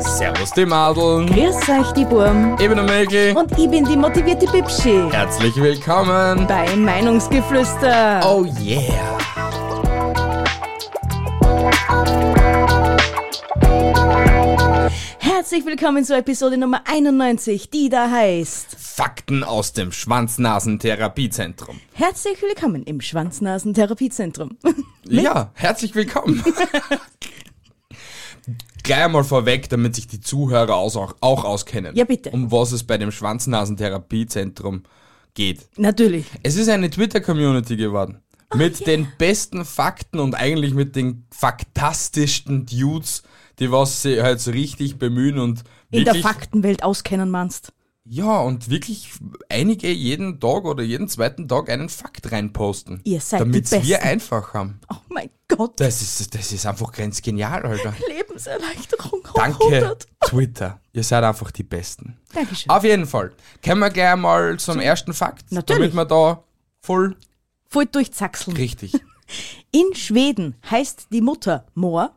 Servus die Madeln. Grüß euch, die Burm. Ich bin der Mäkel. Und ich bin die motivierte Bibschi. Herzlich willkommen. Bei Meinungsgeflüster. Oh yeah. Herzlich willkommen zur Episode Nummer 91, die da heißt. Fakten aus dem Schwanznasentherapiezentrum. Herzlich willkommen im Schwanznasentherapiezentrum. Ja, herzlich willkommen. Gleich einmal vorweg, damit sich die Zuhörer aus, auch, auch auskennen. Ja, bitte. Um was es bei dem Schwanznasentherapiezentrum geht. Natürlich. Es ist eine Twitter-Community geworden. mit den besten Fakten und eigentlich mit den faktastischsten Dudes, die was sie halt so richtig bemühen und In der wirklich, Faktenwelt auskennen meinst. ja, und wirklich einige jeden Tag oder jeden zweiten Tag einen Fakt reinposten. Ihr seid die Damit Besten. wir einfach haben. Oh mein Gott. Das ist, das ist einfach grenzgenial, Alter. Lebenserleichterung. hoch Danke, 100. Twitter. Ihr seid einfach die Besten. Dankeschön. Auf jeden Fall. Können wir gleich mal zum ersten Fakt, Natürlich. damit wir da voll Voll durchzackseln. richtig. In Schweden heißt die Mutter Moor,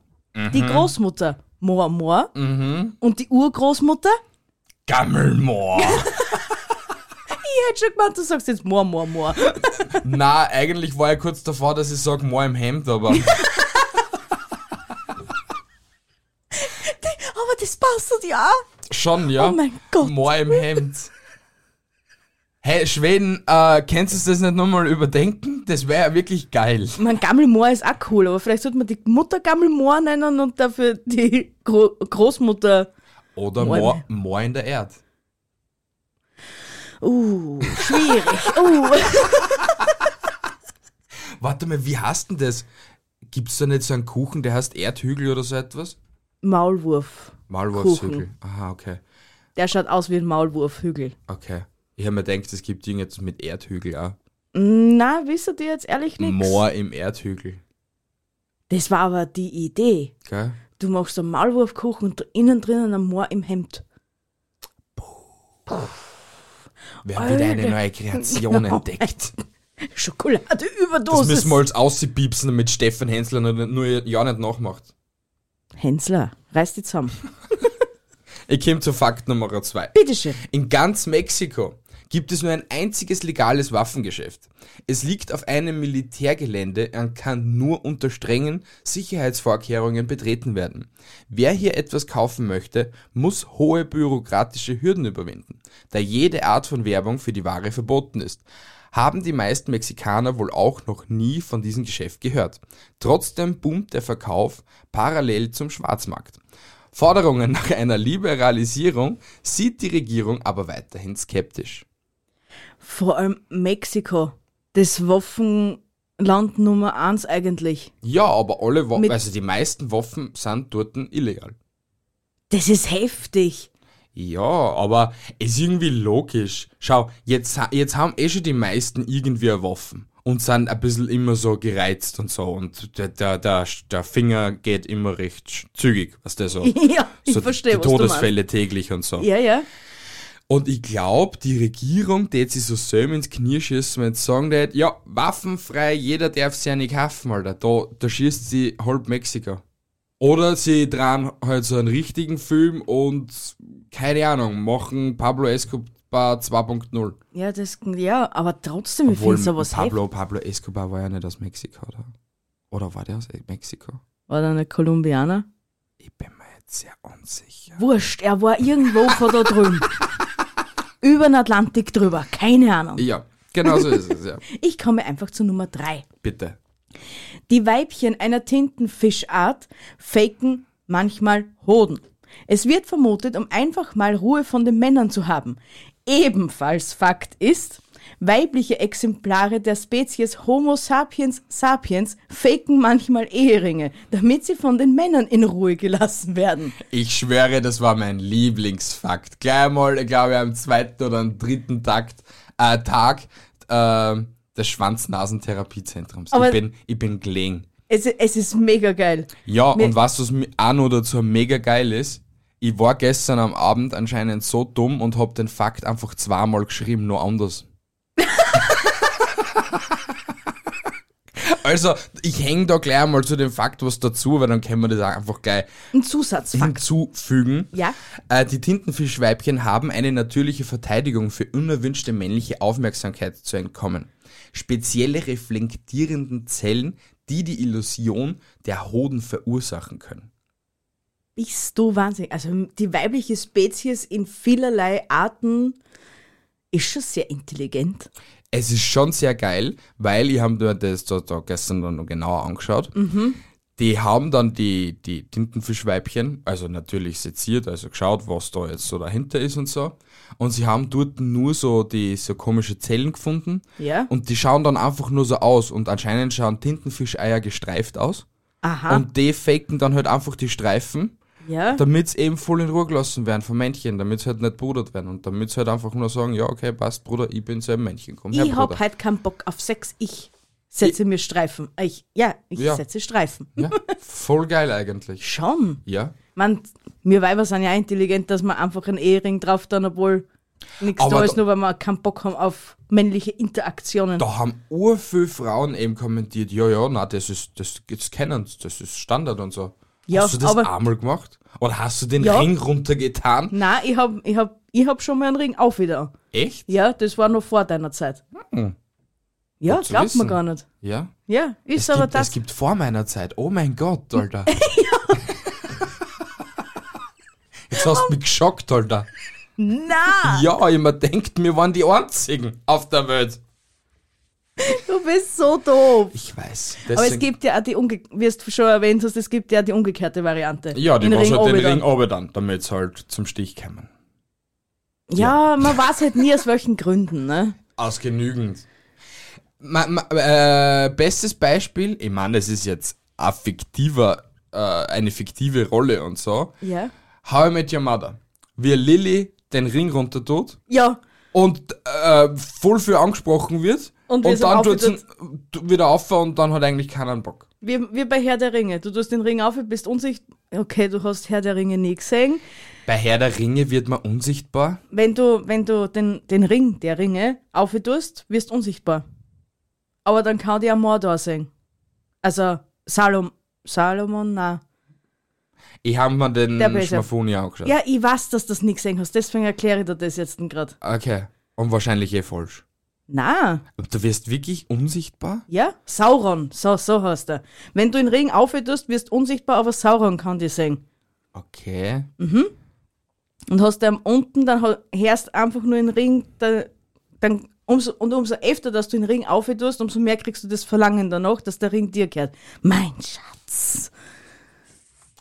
die Mhm. Großmutter Moor Moor und die Urgroßmutter. Gammelmoor. Ich hätte schon gemeint, du sagst jetzt Moor Moor Moor. Na, eigentlich war ich kurz davor, dass ich sage, Moor im Hemd, aber Aber das passt doch ja. schon, ja. Oh mein Gott. Moor im Hemd. Hey, Schweden, äh, kennst du das nicht nochmal überdenken? Das wäre ja wirklich geil. Mein Gammelmoor ist auch cool, aber vielleicht sollte man die Mutter Gammelmoor nennen und dafür die Gro Großmutter. Oder Moor im Moor, Moor in der Erd. Uh, schwierig. uh. Warte mal, wie heißt denn das? Gibt's da nicht so einen Kuchen, der heißt Erdhügel oder so etwas? Maulwurf. Maulwurfshügel. Aha, okay. Der schaut aus wie ein Maulwurfhügel. Okay. Ich habe mir gedacht, es gibt irgendetwas mit Erdhügel auch. Na, wisst ihr dir jetzt ehrlich nichts? Moor im Erdhügel. Das war aber die Idee. Gell? Du machst einen Maulwurfkuchen und innen drinnen ein Moor im Hemd. Wir haben wieder eine Alter. neue Kreation Genau. entdeckt. Schokolade Das Überdosis. müssen wir als auspiepsen, damit Steffen Hensler nur, nur ja nicht nachmacht. Hensler, reiß die zusammen. Ich komme zu Fakt Nummer 2. Bitteschön. In ganz Mexiko gibt es nur ein einziges legales Waffengeschäft. Es liegt auf einem Militärgelände und kann nur unter strengen Sicherheitsvorkehrungen betreten werden. Wer hier etwas kaufen möchte, muss hohe bürokratische Hürden überwinden, da jede Art von Werbung für die Ware verboten ist. Haben die meisten Mexikaner wohl auch noch nie von diesem Geschäft gehört. Trotzdem boomt der Verkauf parallel zum Schwarzmarkt. Forderungen nach einer Liberalisierung sieht die Regierung aber weiterhin skeptisch. Vor allem Mexiko. Das Waffenland Nummer eins eigentlich. Ja, aber alle Waffen, Mit- also die meisten Waffen sind dort illegal. Das ist heftig. Ja, aber ist irgendwie logisch. Schau, jetzt, ha- jetzt haben eh schon die meisten irgendwie eine Waffen und sind ein bisschen immer so gereizt und so und der, der, der, der Finger geht immer recht sch- zügig, was der so. Ja, ich so verstehe, die was Todesfälle täglich und so. du meinst. Ja, ja. Und ich glaube, die Regierung tät sich so selber ins Knie schießen, wenn sie sagen tät, ja, waffenfrei, jeder darf sich ja nicht kaufen, Alter. Da, da schießt sie halb Mexiko. Oder sie dran halt so einen richtigen Film und, keine Ahnung, machen Pablo Escobar 2.0. Ja, das, ja, aber trotzdem, ich Obwohl, finde sowas heftig. Pablo, Pablo Escobar war ja nicht aus Mexiko, oder? Oder war der aus Mexiko? War da ein Kolumbianer? Ich bin mir jetzt sehr unsicher. Wurscht, er war irgendwo von da drüben. Über den Atlantik drüber, keine Ahnung. Ja, genau so ist es, ja. Ich komme einfach zu Nummer drei. Bitte. Die Weibchen einer Tintenfischart faken manchmal Hoden. Es wird vermutet, um einfach mal Ruhe von den Männern zu haben. Ebenfalls Fakt ist, weibliche Exemplare der Spezies Homo sapiens sapiens faken manchmal Eheringe, damit sie von den Männern in Ruhe gelassen werden. Ich schwöre, das war mein Lieblingsfakt. Gleich mal, ich glaube am zweiten oder am dritten Takt, äh, Tag äh, des Schwanznasentherapiezentrums. Ich Aber- bin, ich bin gelegen. Es, es ist mega geil. Ja, Mir- und was was mi- auch noch dazu mega geil ist, ich war gestern am Abend anscheinend so dumm und hab den Fakt einfach zweimal geschrieben, nur anders. Also, ich hänge da gleich mal zu dem Fakt was dazu, weil dann können wir das auch einfach gleich Ein Zusatzfakt. hinzufügen. Ja. Äh, die Tintenfischweibchen haben eine natürliche Verteidigung für unerwünschte männliche Aufmerksamkeit zu entkommen. Spezielle reflektierenden Zellen, die die Illusion der Hoden verursachen können. Bist du wahnsinnig. Also die weibliche Spezies in vielerlei Arten ist schon sehr intelligent. Es ist schon sehr geil, weil ich habe mir das da, da gestern dann noch genauer angeschaut. Die haben dann die, die Tintenfischweibchen, also natürlich seziert, also geschaut, was da jetzt so dahinter ist und so. Und sie haben dort nur so die so komische Zellen gefunden. Ja. Und die schauen dann einfach nur so aus. Und anscheinend schauen Tintenfischeier gestreift aus. Aha. Und die faken dann halt einfach die Streifen, ja. damit sie eben voll in Ruhe gelassen werden von Männchen, damit sie halt nicht brudert werden. Und damit sie halt einfach nur sagen, ja, okay, passt, Bruder, ich bin so ein Männchen, komm her, ich hab Bruder. halt keinen Bock auf Sex. Ich setze mir Streifen. Äh, Ich, ja, ich Ja. setze Streifen. Ja, voll geil eigentlich. Schon. Ja. Man, wir Weiber sind ja intelligent, dass man einfach einen Ehering drauf tun, obwohl nichts Aber da ist, da- nur weil wir keinen Bock haben auf männliche Interaktionen. Da haben urviel Frauen eben kommentiert, ja, ja, na, das ist, das, das kennen sie, das ist Standard und so. Ja, hast du das aber- einmal gemacht? Oder hast du den Ja. Ring runtergetan? Nein, ich hab, ich, hab, ich hab schon mal einen Ring auch wieder. an. Echt? Ja, das war noch vor deiner Zeit. Ja, Hm. Gut zu glaubt man wissen. gar nicht. Ja. Ja, ist Es aber gibt, das. es gibt vor meiner Zeit. Oh mein Gott, Alter. Jetzt hast du mich geschockt, Alter. Na, Ja, immer denkt, wir waren die Einzigen auf der Welt. du bist so doof. Ich weiß. Aber es deswegen- gibt ja auch die, umge wie du schon erwähnt hast, es gibt ja die umgekehrte Variante. Ja, die In was Ring halt den runter. Ring oben dann, damit sie halt zum Stich kommen. Ja, man weiß halt nie aus welchen Gründen, ne? Aus genügend. Ma, ma, äh, bestes Beispiel, ich meine, das ist jetzt ein fiktiver, äh, eine fiktive Rolle und so. Ja. How I Met Your Mother. Wie Lilly den Ring runter tut Ja, und äh, voll viel angesprochen wird Und wir und sind dann tut aufgetut. sie wieder auf und dann hat eigentlich keinen Bock. wie, wie bei Herr der Ringe. Du tust den Ring auf, du bist unsichtbar. Okay, du hast Herr der Ringe nie gesehen. Bei Herr der Ringe wird man unsichtbar. Wenn du, wenn du den, den Ring der Ringe aufetust, wirst unsichtbar. Aber dann kann dir ein Mordor sehen. Also Salom, Salomon, na. Ich habe mir den Der Böse. Schmafoni angeschaut. Ja, ich weiß, dass du das nicht gesehen hast, deswegen erkläre ich dir das jetzt gerade. Okay. Und wahrscheinlich eh falsch. Na, Du wirst wirklich unsichtbar? ja? Sauron, so, so heißt er. Wenn du den Ring aufetust, wirst unsichtbar, aber Sauron kann dich sehen. Okay. und hast dann unten, dann ha- hörst einfach nur den Ring, dann, dann umso, und umso öfter, dass du den Ring aufhörst, umso mehr kriegst du das Verlangen danach, dass der Ring dir gehört. Mein Schatz.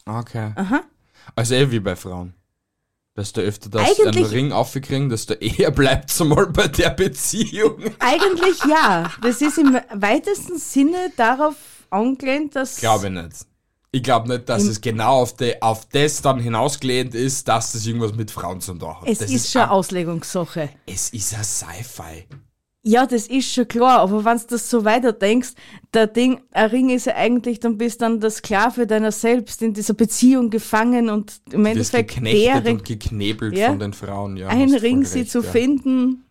Okay. Aha. Also eh wie bei Frauen. Dass du öfter das Eigentlich- einen Ring aufkriegen, dass du eher bleibt zumal bei der Beziehung. Eigentlich ja. Das ist im weitesten Sinne darauf angelehnt, dass. Glaube ich nicht. Ich glaube nicht, dass es genau auf, de, auf das dann hinausgelehnt ist, dass das irgendwas mit Frauen zu tun hat. es das ist, schon ein- eine Auslegungssache. Es ist ein Sci-Fi. Ja, das ist schon klar, aber wenn du das so weiterdenkst, der Ding, ein Ring ist ja eigentlich, dann bist dann der Sklave deiner selbst in dieser Beziehung gefangen und Du im wirst Endeffekt der geknechtet Ring und geknebelt Ja. von den Frauen. Ja, einen hast voll Ring sie recht, zu ja. finden,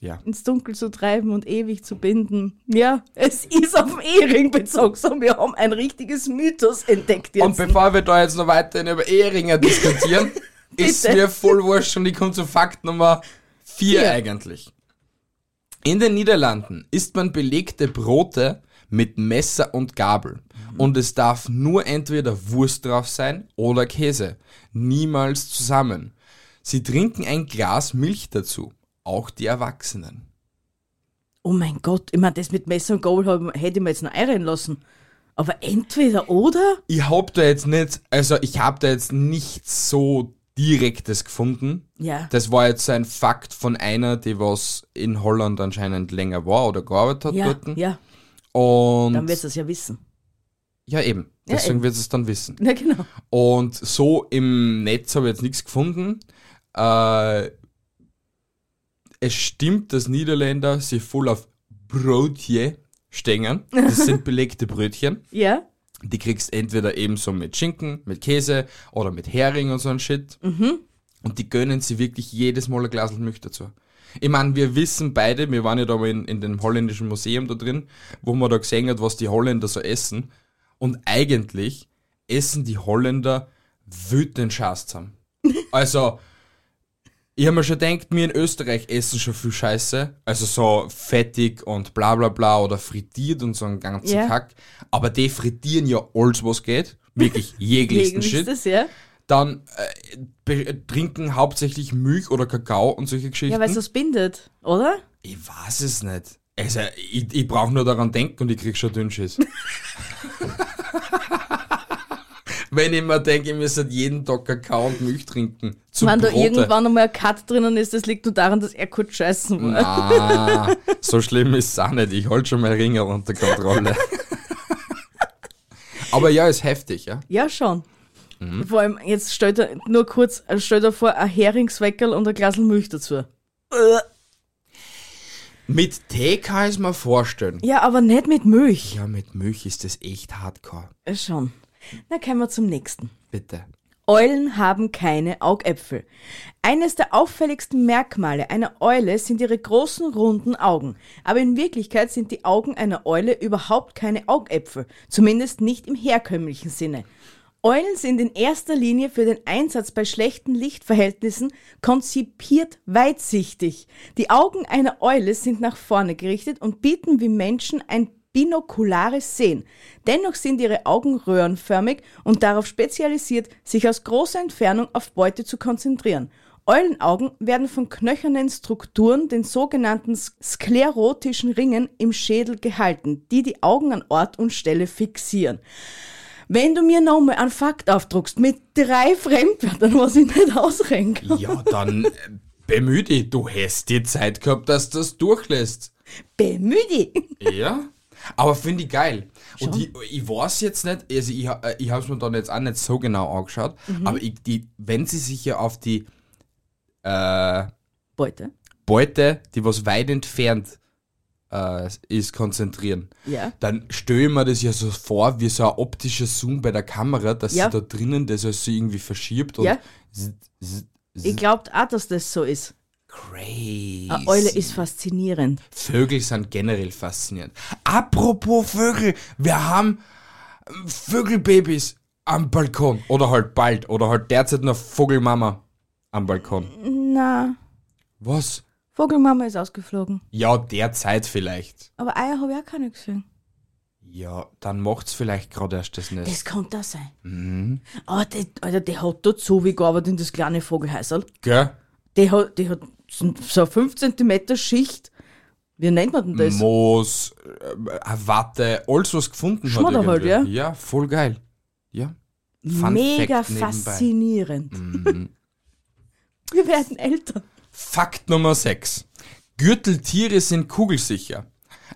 Ja. ins Dunkel zu treiben und ewig zu binden. Ja, es ist auf den Ehering bezogen, so wir haben ein richtiges Mythos entdeckt Und jetzt. bevor wir da jetzt noch weiterhin über Eheringe diskutieren, ist Bitte. mir voll wurscht und ich komme zu Fakt Nummer 4 Vier. eigentlich. In den Niederlanden isst man belegte Brote mit Messer und Gabel. Mhm. Und es darf nur entweder Wurst drauf sein oder Käse. Niemals zusammen. Sie trinken ein Glas Milch dazu. Auch die Erwachsenen. oh mein Gott, ich meine, das mit Messer und Gabel hab- hätte ich mir jetzt noch einrennen lassen. Aber entweder oder? Ich hab da jetzt nicht, also ich hab da jetzt nichts so Direktes gefunden. Ja. Das war jetzt ein Fakt von einer, die was in Holland anscheinend länger war oder gearbeitet hat ja, dort. ja, dann Und wirst du es ja wissen. ja, eben. Ja, Deswegen eben. wird es dann wissen. Na genau. Und so im Netz habe ich jetzt nichts gefunden. Äh, es stimmt, dass Niederländer sich voll auf Brotje stängen. Das sind belegte Brötchen. Ja, Die kriegst entweder eben so mit Schinken, mit Käse oder mit Hering und so ein Shit. Und die gönnen sie wirklich jedes Mal ein Glas Milch dazu. Ich meine, wir wissen beide, wir waren ja da mal in, in dem holländischen Museum da drin, wo man da gesehen hat, was die Holländer so essen. Und eigentlich essen die Holländer wütend Scheiß zusammen. Also, ich habe mir schon gedacht, wir in Österreich essen schon viel Scheiße. Also so fettig und bla bla bla oder frittiert und so einen ganzen Ja. Kack. Aber die frittieren ja alles, was geht. Wirklich jeglichsten Irgendwie Shit. ist das, ja? Dann äh, be- äh, trinken hauptsächlich Milch oder Kakao und solche Geschichten. Ja, weil es das bindet, oder? Ich weiß es nicht. Also, ich, ich brauche nur daran denken und ich krieg schon Dünnschiss. Wenn ich mir denke, ich müsste jeden Tag Kakao und Milch trinken. Zum Wenn da Brote. irgendwann einmal ein Cut drinnen ist, das liegt nur daran, dass er kurz scheißen Mhm. war. Na, so schlimm ist es auch nicht. Ich halte schon mal Ringer unter Kontrolle. Aber ja, ist heftig, ja. Ja, schon. Mhm. Vor allem, jetzt stell dir nur kurz, stell dir vor, ein Heringsweckerl und ein Glas Milch dazu. Mit Tee kann ich es mir vorstellen. Ja, aber nicht mit Milch. Ja, mit Milch ist das echt hardcore. Äh, Schon. Na, kommen wir zum nächsten. Bitte. Eulen haben keine Augäpfel. Eines der auffälligsten Merkmale einer Eule sind ihre großen runden Augen. Aber in Wirklichkeit sind die Augen einer Eule überhaupt keine Augäpfel, zumindest nicht im herkömmlichen Sinne. Eulen sind in erster Linie für den Einsatz bei schlechten Lichtverhältnissen konzipiert weitsichtig. Die Augen einer Eule sind nach vorne gerichtet und bieten wie Menschen ein binokulares Sehen. Dennoch sind ihre Augen röhrenförmig und darauf spezialisiert, sich aus großer Entfernung auf Beute zu konzentrieren. Eulenaugen werden von knöchernen Strukturen, den sogenannten sklerotischen Ringen im Schädel gehalten, die die Augen an Ort und Stelle fixieren. Wenn du mir nochmal einen Fakt aufdruckst mit drei Fremdwörtern, was ich nicht ausrenken kann, Ja, dann äh, bemühe dich. Du hast die Zeit gehabt, dass du das durchlässt. bemühe dich. Ja. Aber finde ich geil. Und ich, ich weiß jetzt nicht, also ich, ha- äh, ich habe es mir dann jetzt auch nicht so genau angeschaut, Mhm. aber ich, die, wenn sie sich ja auf die äh, Beute. Beute, die was weit entfernt äh, ist, konzentrieren, Ja. dann stelle ich mir das ja so vor, wie so ein optischer Zoom bei der Kamera, dass Ja. sie da drinnen das also irgendwie verschiebt und Ja. z- z- z- Ich glaube auch, dass das so ist. crazy. Eine Eule ist faszinierend. Vögel sind generell faszinierend. Apropos Vögel, wir haben ähm, Vögelbabys am Balkon. Oder halt bald. Oder halt derzeit noch Vogelmama am Balkon. Na, Was? Vogelmama ist ausgeflogen. Ja, derzeit vielleicht. Aber Eier habe ich auch keine gesehen. Ja, dann macht's vielleicht gerade erst das Nest. Das kann da sein. Mhm. Aber die, Alter, die hat dort so wie gearbeitet in das kleine Vogelhäuserl. Gell? Die hat, die hat so so eine 5 cm Schicht. Wie nennt man denn das? Moos, äh, eine Watte, alles was gefunden Schmodder hat. halt, irgendwer. Ja, voll geil. Ja. Fun Mega Fact nebenbei. Mhm. faszinierend. Wir werden älter. Fakt Nummer 6. Gürteltiere sind kugelsicher.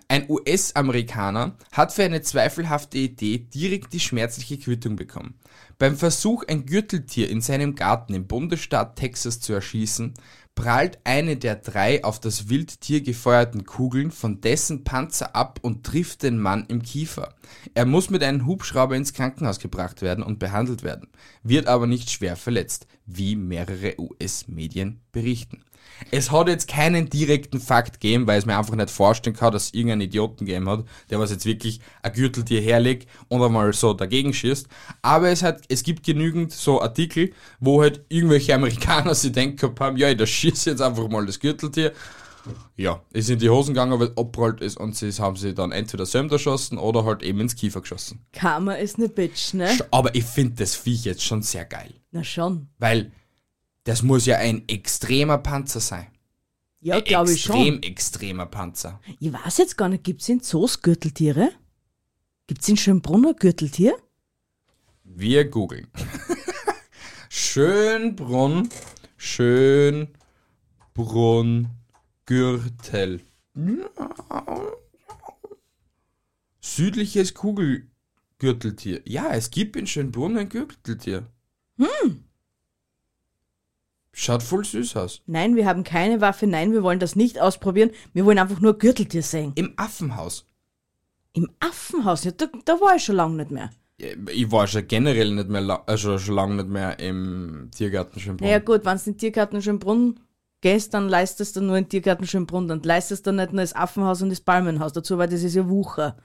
Ein US-Amerikaner hat für eine zweifelhafte Idee direkt die schmerzliche Quittung bekommen. Beim Versuch, ein Gürteltier in seinem Garten im Bundesstaat Texas zu erschießen, prallt eine der drei auf das Wildtier gefeuerten Kugeln von dessen Panzer ab und trifft den Mann im Kiefer. Er muss mit einem Hubschrauber ins Krankenhaus gebracht werden und behandelt werden, wird aber nicht schwer verletzt, wie mehrere US-Medien berichten. Es hat jetzt keinen direkten Fakt gegeben, weil es mir einfach nicht vorstellen kann, dass es irgendeinen Idioten gegeben hat, der was jetzt wirklich ein Gürteltier herlegt und einmal so dagegen schießt. Aber es, hat, es gibt genügend so Artikel, wo halt irgendwelche Amerikaner sich denken gehabt haben, ja, ich da schieße jetzt einfach mal das Gürteltier. Ja, ist in die Hosen gegangen, weil es abgerollt ist und sie haben sie dann entweder selber erschossen oder halt eben ins Kiefer geschossen. Karma ist ne Bitch, ne? Aber ich finde das Viech jetzt schon sehr geil, Na schon. weil das muss ja ein extremer Panzer sein. Ja, glaube ich schon. Äh, Extrem extremer Panzer. Ich weiß jetzt gar nicht, gibt's in Zoos Gürteltiere? Gibt's in Schönbrunner Gürteltier? Wir googeln. Schönbrunn, Schönbrunn, Gürtel. Südliches Kugelgürteltier. Ja, es gibt in Schönbrunn ein Gürteltier. Hm. Schaut voll süß aus. Nein, wir haben keine Waffe, nein, wir wollen das nicht ausprobieren. Wir wollen einfach nur Gürteltier sehen. Im Affenhaus. Im Affenhaus, ja, da, da war ich schon lange nicht mehr. Äh, Ich war schon generell nicht mehr, la- also schon lange nicht mehr im Tiergarten Schönbrunn. Naja gut, wenn es den Tiergarten in Schönbrunn gehst, dann leistest du nur in Tiergarten Schönbrunn, dann leistest du nicht nur das Affenhaus und das Palmenhaus dazu, weil das ist ja Wucher.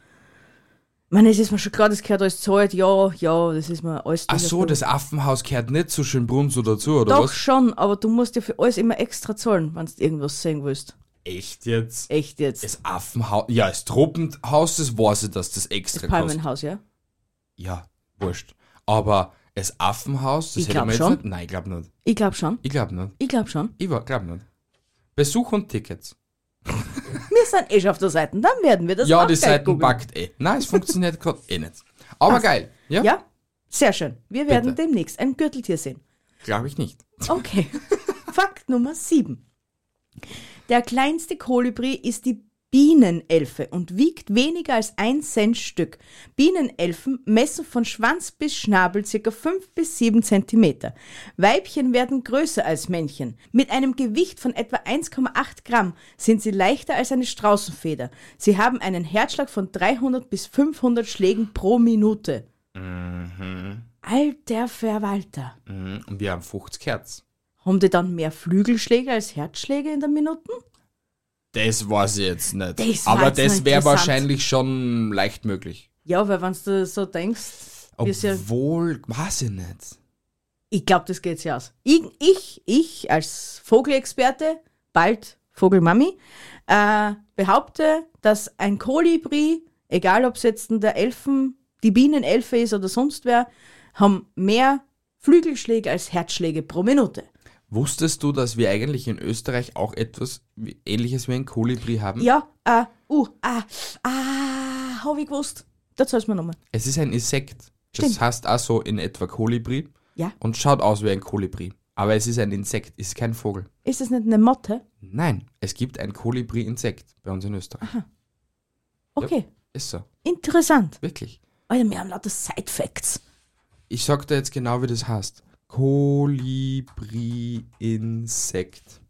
Ich meine, es ist mir schon klar, das gehört alles zu alt, ja, ja, das ist mir alles Ach so, das das Affenhaus gehört nicht zu Schönbrunn so dazu, oder Doch was? schon, aber du musst ja für alles immer extra zahlen, wenn du irgendwas sehen willst. Echt jetzt? Echt jetzt. Das Affenhaus, ja, das Tropenhaus, das weiß ich, dass das extra das kostet. Palmenhaus, ja? Ja, wurscht. Aber das Affenhaus, das Ich hätte glaub man jetzt schon. nicht. Nein, ich glaube nicht. Ich glaube schon. Ich glaube nicht. Ich glaube schon. Ich glaube nicht. Besuch und Tickets. Wir sind eh schon auf der Seite, dann werden wir das ja, auch die gleich Seiten googeln. backt eh. Nein, es funktioniert gerade eh nicht. Aber geil. Ja? Ja, sehr schön. Wir werden Bitte. demnächst ein Gürteltier sehen. Glaube ich nicht. Okay. Fakt Nummer 7. Der kleinste Kolibri ist die Bienenelfe und wiegt weniger als ein Cent Stück. Bienenelfen messen von Schwanz bis Schnabel circa 5 bis 7 Zentimeter. Weibchen werden größer als Männchen. Mit einem Gewicht von etwa 1,8 Gramm sind sie leichter als eine Straußenfeder. Sie haben einen Herzschlag von 300 bis 500 Schlägen pro Minute. Alter Verwalter. Mhm, Und wir haben 50 Hertz. Haben die dann mehr Flügelschläge als Herzschläge in der Minute? Das weiß ich jetzt nicht. Das war Aber jetzt das noch wäre interessant. wahrscheinlich schon leicht möglich. Ja, weil wenn du so denkst, ist ja, Obwohl, weiß ich nicht. ich glaube, das geht sich aus. Ich, ich, ich als Vogelexperte, bald Vogelmami, äh, behaupte, dass ein Kolibri, egal ob es jetzt in der Elfen, die Bienenelfe ist oder sonst wer, haben mehr Flügelschläge als Herzschläge pro Minute. Wusstest du, dass wir eigentlich in Österreich auch etwas wie- ähnliches wie ein Kolibri haben? Ja, äh, uh, ah, ah, hab ich gewusst. Dazu ist mir nochmal. Es ist ein Insekt. Das Stimmt. heißt auch so in etwa Kolibri Ja, und schaut aus wie ein Kolibri. Aber es ist ein Insekt, ist kein Vogel. ist das nicht eine Motte? Nein, es gibt ein Kolibri-Insekt bei uns in Österreich. Okay, Ist so, interessant. wirklich. Alter, wir haben lauter Side-Facts. Ich sag dir jetzt genau, wie das heißt. Kolibri-Insekt.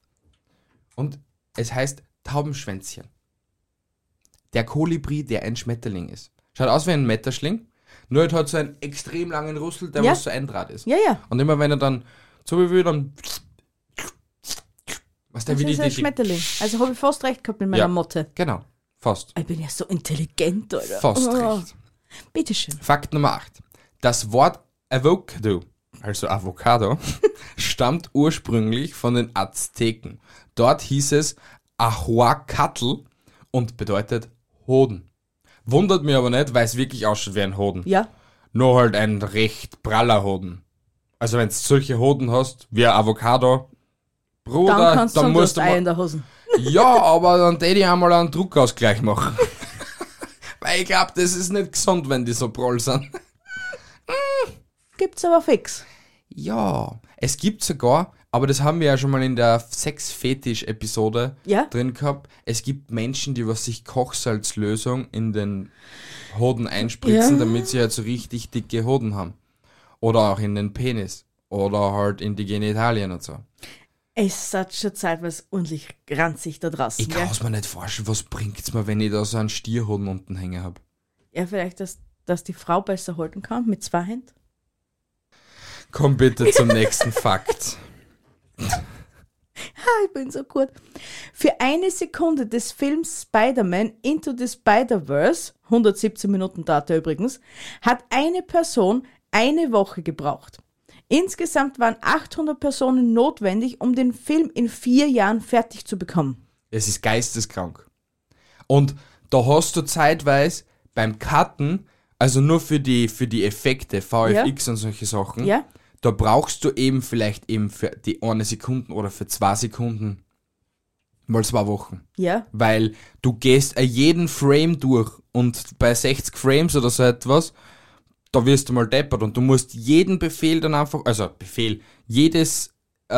Und es heißt Taubenschwänzchen. Der Kolibri, der ein Schmetterling ist. Schaut aus wie ein Metterschling, nur halt hat so einen extrem langen Rüssel, der Ja. was so ein Draht ist. Ja, ja. Und immer wenn er dann so wie will, dann... Was der Das wie die, ist ein die, die Schmetterling. Also habe ich fast recht gehabt mit meiner Ja. Motte. Genau, fast. Ich bin ja so intelligent, oder? Fast Oh, recht. Bitteschön. Fakt Nummer 8. Das Wort Avocado, also Avocado, stammt ursprünglich von den Azteken. Dort hieß es Ahuacatl und bedeutet Hoden. Wundert mich aber nicht, weil es wirklich ausschaut wie ein Hoden. Ja, Nur halt ein recht praller Hoden. Also wenn du solche Hoden hast, wie ein Avocado, Bruder, dann dann, kannst du musst sonst du Ei mal in der Hose. ja, aber dann tät ich einmal einen Druckausgleich machen. Weil ich glaub, das ist nicht gesund, wenn die so prall sind. Gibt's aber fix. Ja, es gibt sogar, aber das haben wir ja schon mal in der Sex-Fetisch-Episode Ja. drin gehabt, es gibt Menschen, die was sich Kochsalzlösung in den Hoden einspritzen, Ja. damit sie halt so richtig dicke Hoden haben. Oder auch in den Penis. Oder halt in die Genitalien und so. Es hat schon zeitweise ordentlich ranzig da draußen. Ich gell? kann's mir nicht vorstellen, was bringt's mir, wenn ich da so einen Stierhoden unten hängen hab. Ja, vielleicht, dass, dass die Frau besser halten kann mit zwei Händen. Komm bitte zum nächsten Fakt. ich bin so gut. Für eine Sekunde des Films Spider-Man Into the Spider-Verse, 117 Minuten Data übrigens, hat eine Person eine Woche gebraucht. Insgesamt waren 800 Personen notwendig, um den Film in vier Jahren fertig zu bekommen. Es ist geisteskrank. Und da hast du zeitweise beim Cutten, also nur für die, für die Effekte, VFX und solche Sachen, Ja? da brauchst du eben vielleicht eben für die eine Sekunde oder für zwei Sekunden mal zwei Wochen. Ja? Weil du gehst a jeden Frame durch und bei 60 Frames oder so etwas, da wirst du mal deppert und du musst jeden Befehl dann einfach, also Befehl, jedes äh,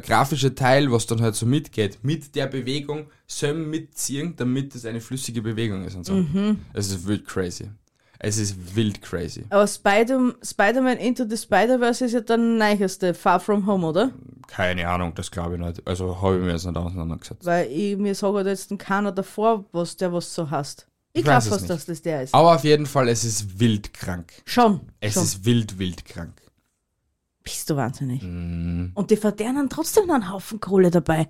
grafische Teil, was dann halt so mitgeht, mit der Bewegung söm mitziehen, damit es eine flüssige Bewegung ist und so. Es ist wild crazy. Es ist wild crazy. Aber Spider- Spider-Man Into the Spider-Verse ist ja der neueste Far From Home, oder? Keine Ahnung, das glaube ich nicht. Also habe ich mir jetzt nicht auseinandergesetzt. Weil ich mir sage halt jetzt keiner davor, was der was so hast. Ich Ich weiß glaube es fast, nicht. dass das der ist. Aber auf jeden Fall, es ist wild krank. Schon. Es schon. ist wild, wild krank. Mhm. Bist du wahnsinnig. Und die verdienen trotzdem noch einen Haufen Kohle dabei.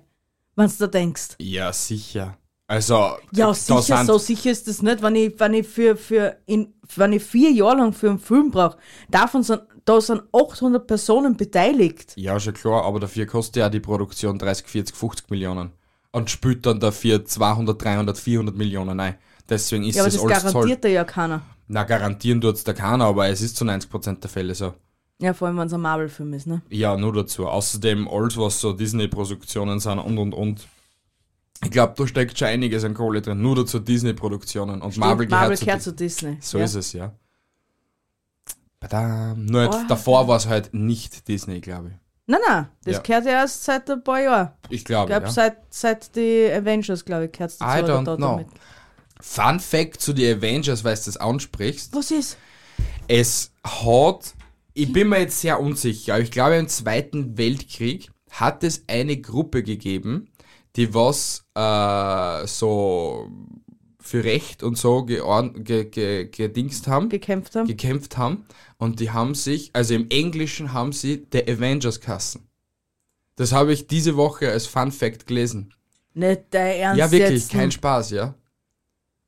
wenn du da denkst. Ja, sicher. Also, Ja, da sicher, sind- so sicher ist das nicht, wenn ich, wenn ich, für, für in, wenn ich vier Jahre lang für einen Film brauche. Davon sind, da sind 800 Personen beteiligt. Ja, schon klar, aber dafür kostet ja die Produktion 30, 40, 50 Millionen. Und spült dann dafür 200, 300, 400 Millionen ein. Deswegen ist Ja, aber das, das alles Zoll. garantiert dir ja keiner. Na, garantieren tut's da keiner, aber es ist zu 90% der Fälle so. Ja, vor allem, wenn es ein Marvel-Film ist, ne? Ja, nur dazu. Außerdem alles, was so Disney-Produktionen sind und und und. Ich glaube, da steckt schon einiges an Kohle drin. Nur dazu Disney-Produktionen. Und Marvel, Marvel gehört, zu zu Disney. So ja. ist es, ja. Badam. Nur jetzt, Oh. davor war es halt nicht Disney, glaube Nein, nein, das Ja. gehört ja erst seit ein paar Jahren. ich. Ich Ich glaube, glaube, ja. seit, seit die Avengers, glaube ich, gehört es I dazu. oder don't da know. damit. Fun Fact zu den Avengers, weil du das ansprichst. Was ist? Es hat, ich bin mir jetzt sehr unsicher, aber ich glaube im Zweiten Weltkrieg hat es eine Gruppe gegeben, die was äh, so für Recht und so georn, ge, ge, gedingst haben, Gekämpft haben? gekämpft haben. Und die haben sich, also im Englischen haben sie The Avengers Kassen. Das habe ich diese Woche als Fun Fact gelesen. Nicht dein Ernst Ja, wirklich, jetzt. ne? kein Spaß, ja.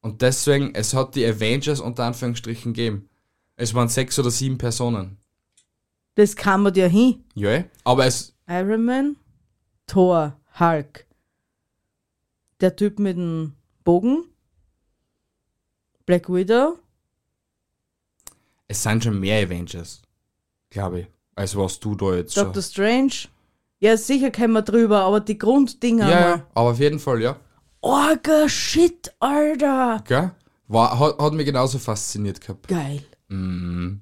Und deswegen, es hat die Avengers unter Anführungsstrichen gegeben. Es waren sechs oder sieben Personen. Das kann man dir hin. Ja, eh? aber es. Iron Man, Thor, Hulk. Der Typ mit dem Bogen. Black Widow. Es sind schon mehr Avengers, glaube ich, als was du da jetzt Doctor schon. Strange. Ja, sicher kommen wir drüber, aber die Grunddinger. Ja, mal. ja, aber auf jeden Fall, ja. Orga Shit, Alter. Gell? War, hat, hat mich genauso fasziniert gehabt. Geil. Mm,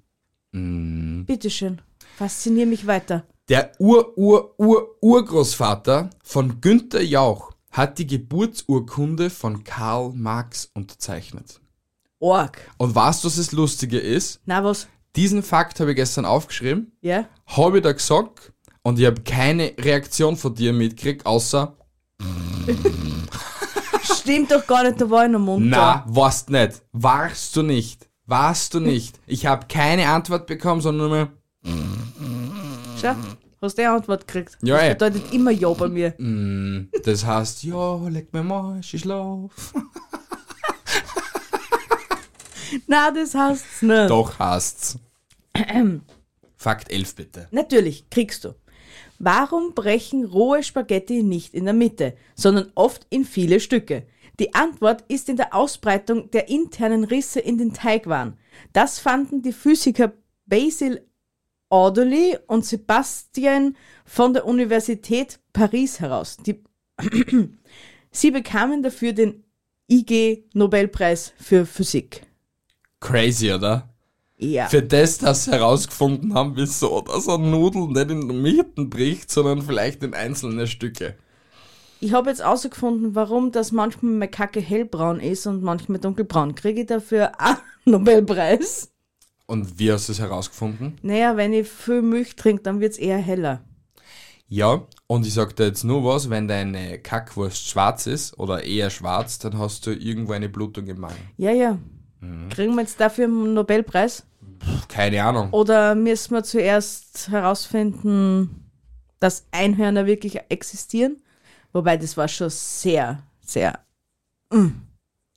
mm. Bitteschön. Faszinier mich weiter. Der Ur-Ur-Ur-Urgroßvater von Günther Jauch hat die Geburtsurkunde von Karl Marx unterzeichnet. Org. Und weißt du, was das Lustige ist? Na was? Diesen Fakt habe ich gestern aufgeschrieben, Ja? habe ich da gesagt und ich habe keine Reaktion von dir mitgekriegt, außer Stimmt doch gar nicht, da war ich noch munter. Na, warst nicht. Warst du nicht. Warst du nicht. Ich habe keine Antwort bekommen, sondern nur mehr, Schau, hast du eine Antwort gekriegt? Ja, das ey. bedeutet immer Ja bei mir. mm, das heißt, ja, leck mir mal, ich schlaf. Na, das heißt's nicht. Doch hast's. Fakt 11 bitte. Natürlich, kriegst du. Warum brechen rohe Spaghetti nicht in der Mitte, sondern oft in viele Stücke? Die Antwort ist in der Ausbreitung der internen Risse in den Teigwaren. Das fanden die Physiker Basil Audeley und Sebastian von der Universität Paris heraus. Die Sie bekamen dafür den IG Nobelpreis für Physik. Crazy, oder? Ja. Für das, dass sie herausgefunden haben, wieso, dass eine Nudel nicht in Mitten bricht, sondern vielleicht in einzelne Stücke. Ich habe jetzt herausgefunden, warum das manchmal meine Kacke hellbraun ist und manchmal dunkelbraun. Kriege ich dafür einen Nobelpreis? Und wie hast du es herausgefunden? Naja, wenn ich viel Milch trinke, dann wird es eher heller. Ja, und ich sag dir jetzt nur was, wenn deine Kackwurst schwarz ist oder eher schwarz, dann hast du irgendwo eine Blutung im Magen. Ja, ja. Mhm. Kriegen wir jetzt dafür einen Nobelpreis? Puh, Keine Ahnung. Oder müssen wir zuerst herausfinden, dass Einhörner wirklich existieren? Wobei, das war schon sehr, sehr.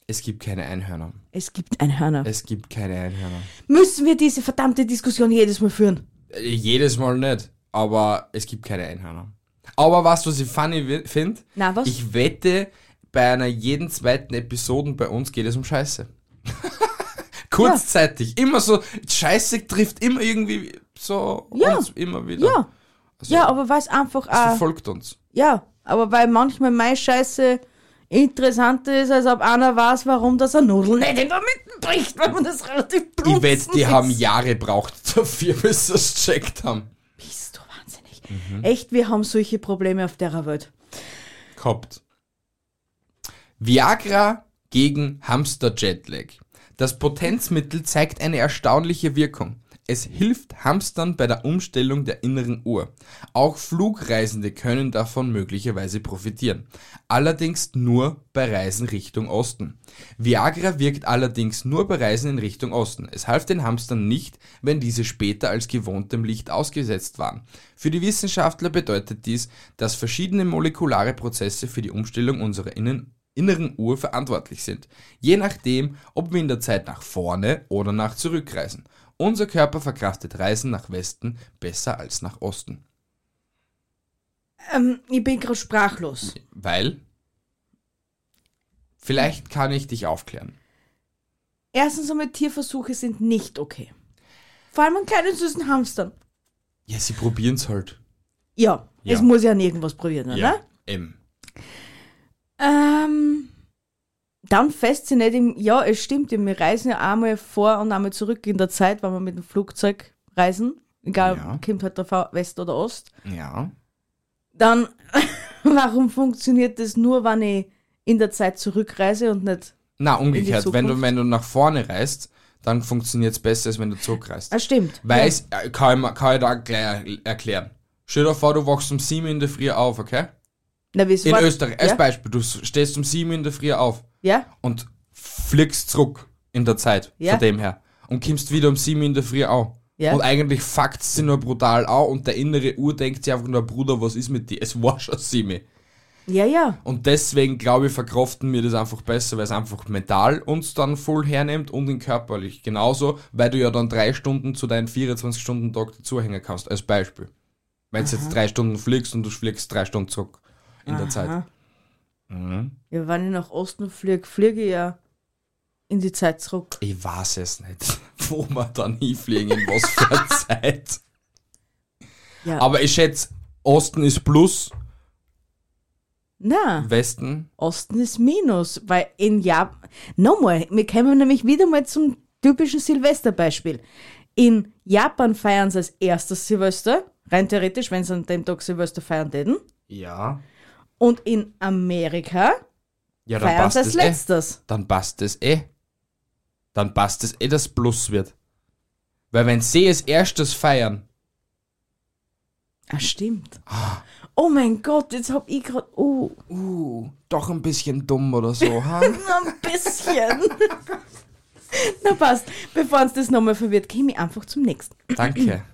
Es gibt keine Einhörner. Es gibt Einhörner. Es gibt keine Einhörner. Müssen wir diese verdammte Diskussion jedes Mal führen? Äh, Jedes Mal nicht, aber es gibt keine Einhörner. Aber was, was ich funny finde? Na, was? Ich wette, bei einer jeden zweiten Episode bei uns geht es um Scheiße. Kurzzeitig. Immer so, Scheiße trifft immer irgendwie so Ja. uns immer wieder. ja. Also, ja, aber weiß einfach Es auch. verfolgt uns. Ja, aber weil manchmal meine Scheiße interessanter ist, als ob einer weiß, warum das eine Nudel nicht in der Mitte bricht, weil man das relativ blutzen Ich wette, die ist. haben Jahre braucht dafür, bis sie es gecheckt haben. Bist du wahnsinnig. Mhm. Echt, wir haben solche Probleme auf der Welt. Gehabt. Viagra gegen Hamster-Jetlag. Das Potenzmittel zeigt eine erstaunliche Wirkung. Es hilft Hamstern bei der Umstellung der inneren Uhr. Auch Flugreisende können davon möglicherweise profitieren. Allerdings nur bei Reisen Richtung Osten. Viagra wirkt allerdings nur bei Reisen in Richtung Osten. Es half den Hamstern nicht, wenn diese später als gewohntem Licht ausgesetzt waren. Für die Wissenschaftler bedeutet dies, dass verschiedene molekulare Prozesse für die Umstellung unserer Innen inneren Uhr verantwortlich sind, je nachdem, ob wir in der Zeit nach vorne oder nach zurück reisen. Unser Körper verkraftet Reisen nach Westen besser als nach Osten. Ähm, ich bin gerade sprachlos. Weil? Vielleicht kann ich dich aufklären. Erstens einmal Tierversuche sind nicht okay. Vor allem an kleinen süßen Hamstern. Ja, sie probieren's halt. Ja, Ja. es muss ja an irgendwas probieren, ne? oder? Ja, M. Ähm, dann fasziniert ja, es stimmt, ja, wir reisen ja einmal vor und einmal zurück in der Zeit, wenn wir mit dem Flugzeug reisen. Egal, Ja. kommt halt drauf West oder Ost. Ja. Dann, warum funktioniert das nur, wenn ich in der Zeit zurückreise und nicht. Na, umgekehrt. Wenn du, Zukunft? wenn du nach vorne reist, dann funktioniert's besser, als wenn du zurückreist. Ah, stimmt. Weiß, äh, kann, ich, mir- kann ich da gleich erklären. Stell dir vor, du wachst um 7 in der Früh auf, okay? Ja. Na, wieso In war- Österreich, als Ja? Beispiel, du stehst um 7 in der Früh auf ja? und fliegst zurück in der Zeit, Ja. von dem her. Und kommst wieder um 7 in der Früh auf. Ja. Und eigentlich fuckt sie nur brutal an und der innere Uhr denkt sich einfach nur, Bruder, was ist mit dir? Es war schon 7. Ja, ja. Und deswegen, glaube ich, verkraften wir das einfach besser, weil es einfach mental uns dann voll hernimmt und in körperlich. Genauso, weil du ja dann drei Stunden zu deinem 24-Stunden-Tag dazuhängen kannst, als Beispiel. Wenn du jetzt drei Stunden fliegst und du fliegst drei Stunden zurück in der Zeit. Aha. Ja, wenn ich nach Osten fliege, fliege ich ja in die Zeit zurück. Ich weiß es nicht, wo wir dann hinfliegen, in was für einer Zeit. Ja. Aber ich schätze, Osten ist Plus, Na. Westen. Osten ist Minus, weil in Japan, nochmal, wir kommen nämlich wieder mal zum typischen Silvesterbeispiel. In Japan feiern sie als erstes Silvester, rein theoretisch, wenn sie an dem Tag Silvester feiern täten. Ja. Und in Amerika Ja, dann feiern passt sie als es eh. letztes. dann passt es eh. Dann passt es eh, dass Plus wird. Weil wenn sie es erstes feiern, Ah, stimmt. Oh mein Gott, jetzt hab ich gerade, oh, uh, doch ein bisschen dumm oder so, ha? ein bisschen. Na passt, bevor uns das nochmal verwirrt, käme ich einfach zum nächsten. Danke.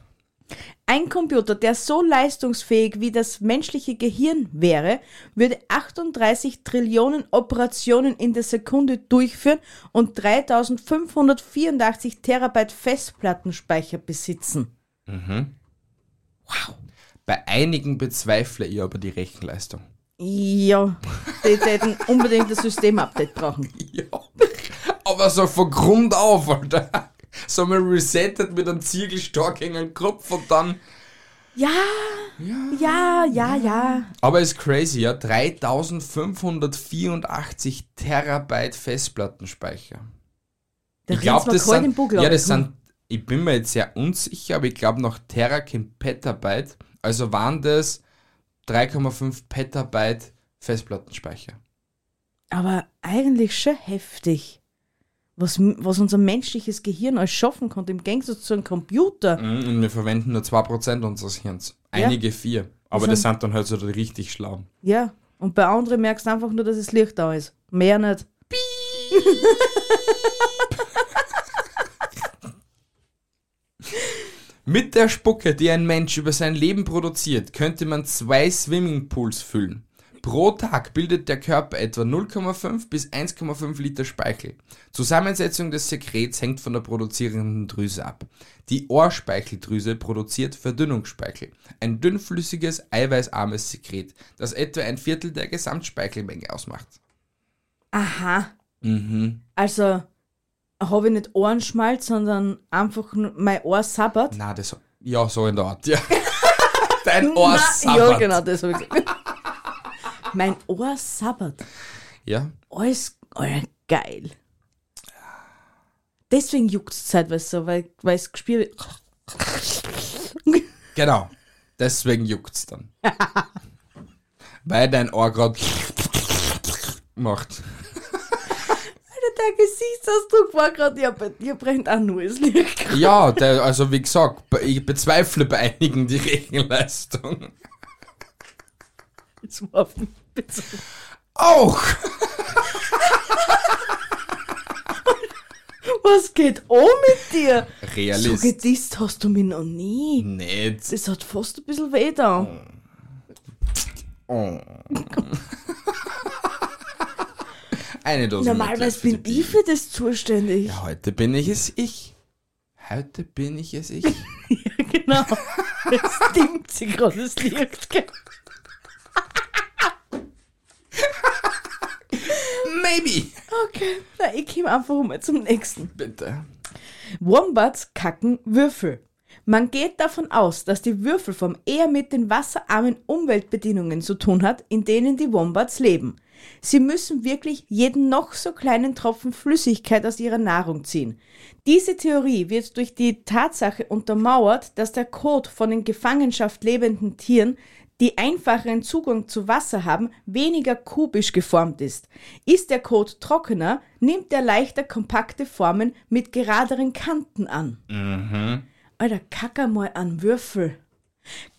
Ein Computer, der so leistungsfähig wie das menschliche Gehirn wäre, würde 38 Trillionen Operationen in der Sekunde durchführen und 3584 Terabyte Festplattenspeicher besitzen. Bei einigen bezweifle ich aber die Rechenleistung. Ja, die hätten unbedingt das Systemupdate brauchen. Ja. Aber so von Grund auf, Alter. So mal resettet mit einem Ziegelstock in den Kopf und dann. Ja, ja, ja, ja. Aber ist crazy, ja. 3584 Terabyte Festplattenspeicher. Da ich glaube, rennt's das, mir kalt im sind, Bug, ja, glaub ich. hm? das sind, ich bin mir jetzt sehr unsicher, aber ich glaube noch Terra Kim Petabyte, also waren das 3,5 Petabyte Festplattenspeicher. Aber eigentlich schon heftig. Was, was unser menschliches Gehirn alles schaffen konnte, im Gegensatz zu einem Computer. Mhm, Und wir verwenden nur 2% unseres Hirns. Ja. Einige vier. Aber das sind dann halt so die richtig schlau. Ja, und bei anderen merkst du einfach nur, dass das Licht da ist. Mehr nicht. Mit der Spucke, die ein Mensch über sein Leben produziert, könnte man zwei Swimmingpools füllen. Pro Tag bildet der Körper etwa 0,5 bis 1,5 Liter Speichel. Zusammensetzung des Sekrets hängt von der produzierenden Drüse ab. Die Ohrspeicheldrüse produziert Verdünnungsspeichel, ein dünnflüssiges, eiweißarmes Sekret, das etwa ein Viertel der Gesamtspeichelmenge ausmacht. Aha. Mhm. Also habe ich nicht Ohrenschmalz, sondern einfach nur mein Ohr sabbert. Na, das ja so in der Art. Ja. Dein Na, Ohr Ja, sabbert. genau, das habe ich gesagt. mein Ohr sabbert. Ja. Alles alles geil. Deswegen juckt es zeitweise so, weil es gespielt wird. Genau. Deswegen juckt's dann. Weil dein Ohr grad macht. der Gesichtsausdruck war gerade, ja, bei dir brennt auch nur das Licht. Ja, der, also wie gesagt, be- ich bezweifle bei einigen die Rechenleistung. Jetzt war auf mich bezogen. Auch! Was geht um mit dir? So Realist. gedisst hast du mich noch nie. nicht. Das hat fast ein bisschen weh da. Oh. Eine Dose. Normalerweise Mitleid für bin die ich für das zuständig. Ja, heute bin ich es ich. Heute bin ich es ich. Genau. Jetzt dimmt sie gerade das Licht. gell? Maybe. Okay. Na, ich komme einfach mal zum nächsten. Bitte. Wombats kacken Würfel. Man geht davon aus, dass die Würfelform eher mit den wasserarmen Umweltbedingungen zu tun hat, in denen die Wombats leben. Sie müssen wirklich jeden noch so kleinen Tropfen Flüssigkeit aus ihrer Nahrung ziehen. Diese Theorie wird durch die Tatsache untermauert, dass der Kot von den Gefangenschaft lebenden Tieren die einfacheren Zugang zu Wasser haben, weniger kubisch geformt ist. Ist der Kot trockener, nimmt er leichter kompakte Formen mit geraderen Kanten an. Mhm. Alter, kack einmal an Würfel.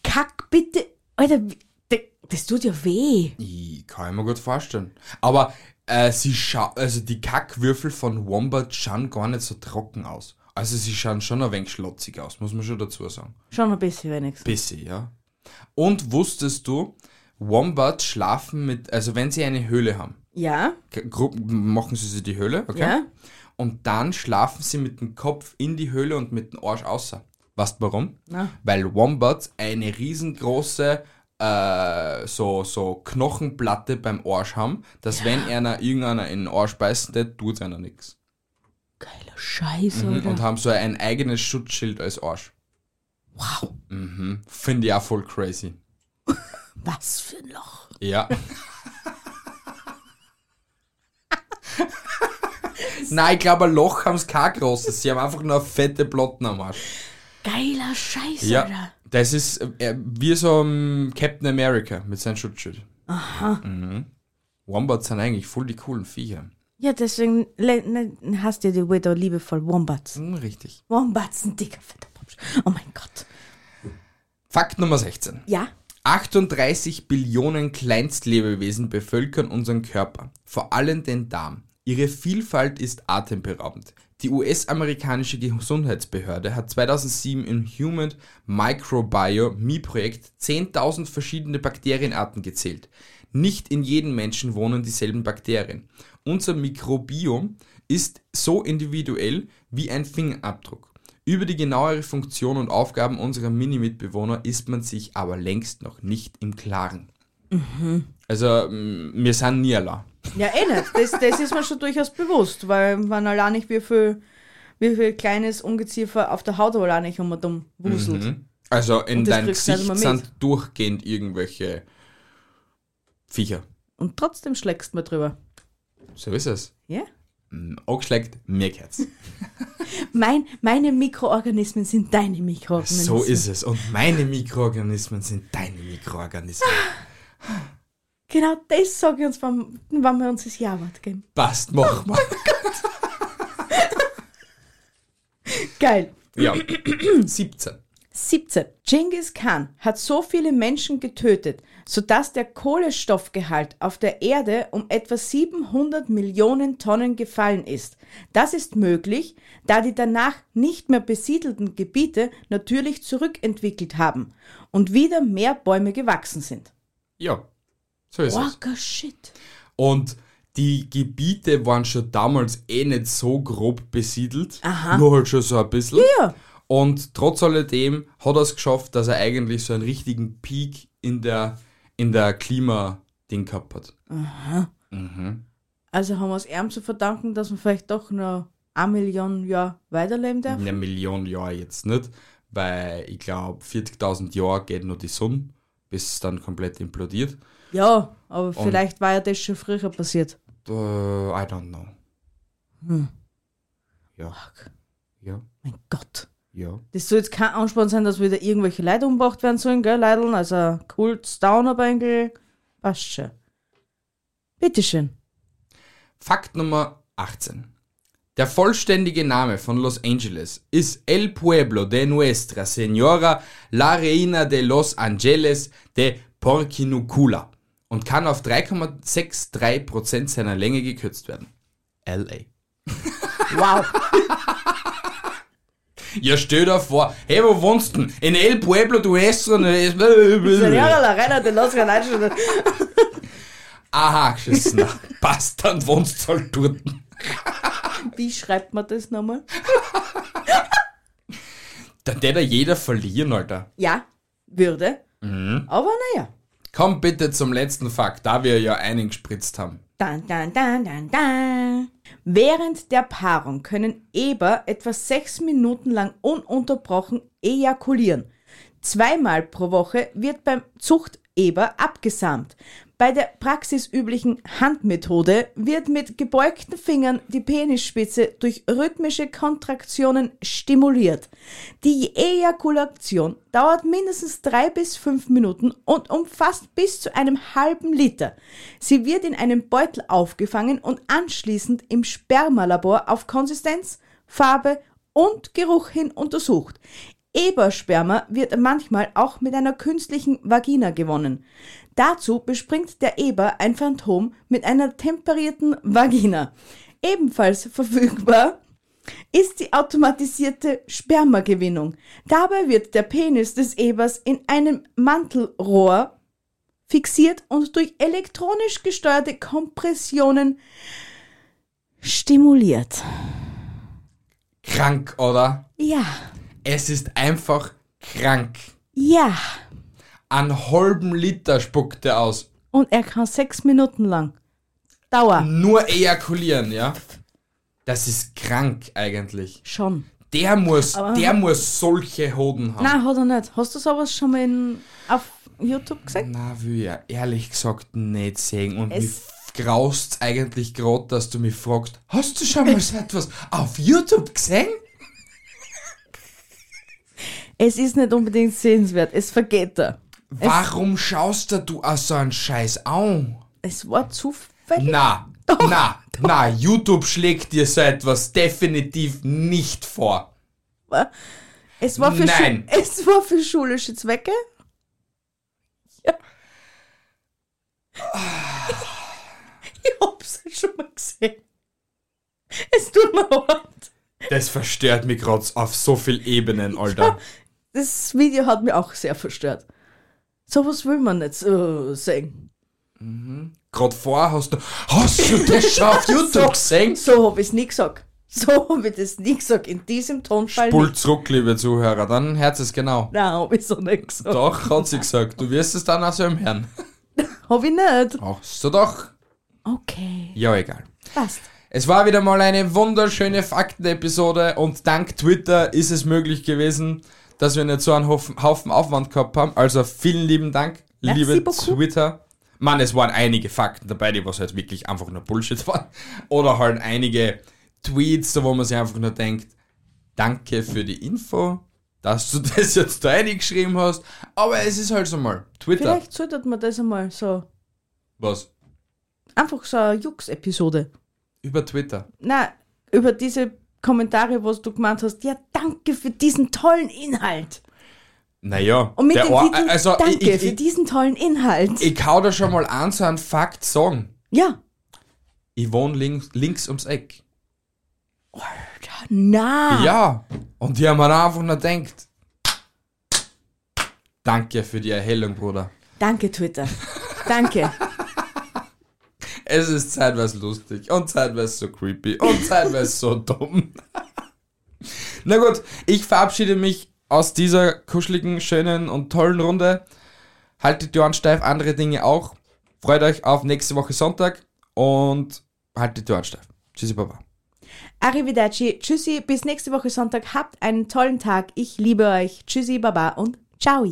Kack bitte. Alter, wie- de- das tut ja weh. Ich kann ich mir gut vorstellen. Aber äh, sie scha also die Kackwürfel von Wombat schauen gar nicht so trocken aus. Also sie schauen schon ein wenig schlotzig aus, muss man schon dazu sagen. Schon ein bisschen wenigstens. Bisschen, ja. Und wusstest du, Wombats schlafen mit, also wenn sie eine Höhle haben, Ja, K- Gru- machen sie sich die Höhle, okay? Ja. Und dann schlafen sie mit dem Kopf in die Höhle und mit dem Arsch außer. Weißt du warum? Na. Weil Wombats eine riesengroße äh, so, so Knochenplatte beim Arsch haben, dass wenn einer irgendeiner in den Arsch beißt, der tut einer nichts. geiler Scheiß, Alter. Mhm, Und haben so ein eigenes Schutzschild als Arsch. Wow, Mhm. Finde ich auch voll crazy. was für ein Loch. Ja. Nein, ich glaube, ein Loch haben sie kein großes. Sie haben einfach nur eine fette Plotten am Arsch. Geiler Scheiß, Ja. Alter. Das ist äh, wie so ein Captain America mit seinem Schutzschild. Aha. Mhm. Wombats sind eigentlich voll die coolen Viecher. Ja, deswegen le- ne- hast du die Widow liebevoll Wombats. Hm, richtig. Wombats, ein dicker, fetter Popsch. Oh mein Gott. Fakt Nummer 16. Ja, 38 Billionen Kleinstlebewesen bevölkern unseren Körper, vor allem den Darm. Ihre Vielfalt ist atemberaubend. Die US-amerikanische Gesundheitsbehörde hat 2007 im Human Microbiome-Projekt 10.000 verschiedene Bakterienarten gezählt. Nicht in jedem Menschen wohnen dieselben Bakterien. Unser Mikrobiom ist so individuell wie ein Fingerabdruck. Über die genauere Funktion und Aufgaben unserer Mini-Mitbewohner ist man sich aber längst noch nicht im Klaren. Mhm. Also, m, wir sind nie allein. Ja, eh nicht. Das, das ist mir schon durchaus bewusst, weil man allein nicht, wie viel, wie viel kleines Ungeziefer auf der Haut allein nicht um und um wuselt. Also, in Und das deinem kriegst du nicht Gesicht immer mit. sind durchgehend irgendwelche Viecher. Und trotzdem schlägst man drüber. So ist es. Ja? M, Angeschleckt, mir gehört's. Mein, meine Mikroorganismen sind deine Mikroorganismen. So ist es. Und meine Mikroorganismen sind deine Mikroorganismen. Genau das sage ich uns, wenn, wenn wir uns das Jawort geben. Passt, mach mal. Geil. Ja. 17. 17. Genghis Khan hat so viele Menschen getötet, sodass der Kohlenstoffgehalt auf der Erde um etwa 700 Millionen Tonnen gefallen ist. Das ist möglich, da die danach nicht mehr besiedelten Gebiete natürlich zurückentwickelt haben und wieder mehr Bäume gewachsen sind. Ja. So ist es. Walker shit. Und die Gebiete waren schon damals eh nicht so grob besiedelt, Aha. nur halt schon so ein bisschen. Ja, Und trotz alledem hat er es geschafft, dass er eigentlich so einen richtigen Peak in der, in der Klima-Ding gehabt hat. also haben wir es ihm zu verdanken, dass man vielleicht doch noch eine Million Jahre weiterleben darf. In einer Million Jahre jetzt nicht, weil ich glaube, 40.000 Jahre geht nur die Sonne, bis es dann komplett implodiert. Ja, aber vielleicht war ja das schon früher passiert. Äh, I don't know. Hm. Ja, Fuck. ja, Mein Gott. ja. Das soll jetzt kein Ansporn sein, dass wieder irgendwelche Leute umgebracht werden sollen, gell, Leideln? Also, Kult, down aber eigentlich. Passt schon. Bitteschön. Fakt Nummer 18. Der vollständige Name von Los Angeles ist El Pueblo de Nuestra Señora La Reina de Los Angeles de Porcinucula und kann auf 3,63% seiner Länge gekürzt werden. LA. Wow. Ja, stell dir vor, hey, wo wohnst denn? In El Pueblo de Nuestra. Senora Lorena de Los Granachos. Aha, geschissen. Passt, dann wohnst du halt dort. Wie schreibt man das nochmal? Dann der da jeder verlieren, Alter. Ja, würde. Aber naja. Komm bitte zum letzten Fakt, da wir ja einen gespritzt haben. Dann, dann, dann, dann, dann. Während der Paarung können Eber etwa sechs Minuten lang ununterbrochen ejakulieren. Zweimal pro Woche wird beim Zuchteber abgesamt. Bei der praxisüblichen Handmethode wird mit gebeugten Fingern die Penisspitze durch rhythmische Kontraktionen stimuliert. Die Ejakulation dauert mindestens drei bis fünf Minuten und umfasst bis zu einem halben Liter. Sie wird in einem Beutel aufgefangen und anschließend im Spermalabor auf Konsistenz, Farbe und Geruch hin untersucht. Ebersperma wird manchmal auch mit einer künstlichen Vagina gewonnen. Dazu bespringt der Eber ein Phantom mit einer temperierten Vagina. Ebenfalls verfügbar ist die automatisierte Spermagewinnung. Dabei wird der Penis des Ebers in einem Mantelrohr fixiert und durch elektronisch gesteuerte Kompressionen stimuliert. Krank, oder? Ja, Es ist einfach krank. ja. Einen halben Liter spuckt er aus. Und er kann sechs Minuten lang. Dauer. Nur ejakulieren, ja? Das ist krank eigentlich. Schon. Der muss, der muss solche Hoden haben. Nein, hat er nicht. Hast du sowas schon mal in, auf YouTube gesehen? Na, will ich ja ehrlich gesagt nicht sehen. Und Es- mich graust eigentlich gerade, dass du mich fragst, hast du schon mal so etwas auf YouTube gesehen? Es ist nicht unbedingt sehenswert. Es vergeht da. Warum schaust da du auch so einen Scheiß an? Es war zufällig. Na, na, na, YouTube schlägt dir so etwas definitiv nicht vor. Es war für, Nein. Schu- es war für schulische Zwecke. Ja. Ich hab's halt schon mal gesehen. Es tut mir leid. Das verstört mich gerade auf so viel Ebenen, Alter. Das Video hat mich auch sehr verstört. Sowas will man nicht äh, sehen. Gerade vorher hast du, hast du das schon auf YouTube gesehen? So habe ich es nie gesagt. So habe ich das nie gesagt. In diesem Tonfall Bull nicht. zurück, liebe Zuhörer, dann hört es genau. Nein, habe ich so nicht gesagt. Doch, hat sie gesagt, du wirst es dann auch so im Herrn. Habe ich nicht. Ach so doch. Okay, Ja, egal. passt. Es war wieder mal eine wunderschöne Faktenepisode und dank Twitter ist es möglich gewesen, dass wir nicht so einen Haufen Haufen Aufwand gehabt haben. Also vielen lieben Dank, Merci liebe beaucoup. Twitter. Mann, es waren einige Fakten dabei, die was halt wirklich einfach nur Bullshit waren. Oder halt einige Tweets, so wo man sich einfach nur denkt, danke für die Info, dass du das jetzt da reingeschrieben hast. Aber es ist halt so mal. Twitter. Vielleicht sollte man das einmal so, Was? einfach so eine Jux-Episode. Über Twitter. Na, über diese Kommentare, was du gemeint hast. Ja, danke für diesen tollen Inhalt. Naja. Und mit der dem Or- Titel also, Danke ich, ich, für ich, diesen tollen Inhalt. Ich hau da schon mal an, so einen Fakt sagen. ja. Ich wohne links, links ums Eck. Na. Ja. Und die haben mir einfach nur gedacht. Danke für die Erhellung, Bruder. Danke, Twitter. Danke. Es ist zeitweise lustig und zeitweise so creepy und zeitweise so dumm. Na gut, ich verabschiede mich aus dieser kuscheligen, schönen und tollen Runde. Haltet die Ohren steif, andere Dinge auch. Freut euch auf nächste Woche Sonntag und haltet die Ohren steif. Tschüssi, Baba. Arrivederci. Tschüssi. Bis nächste Woche Sonntag. Habt einen tollen Tag. Ich liebe euch. Tschüssi, Baba und Ciao.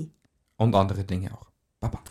Und andere Dinge auch. Baba.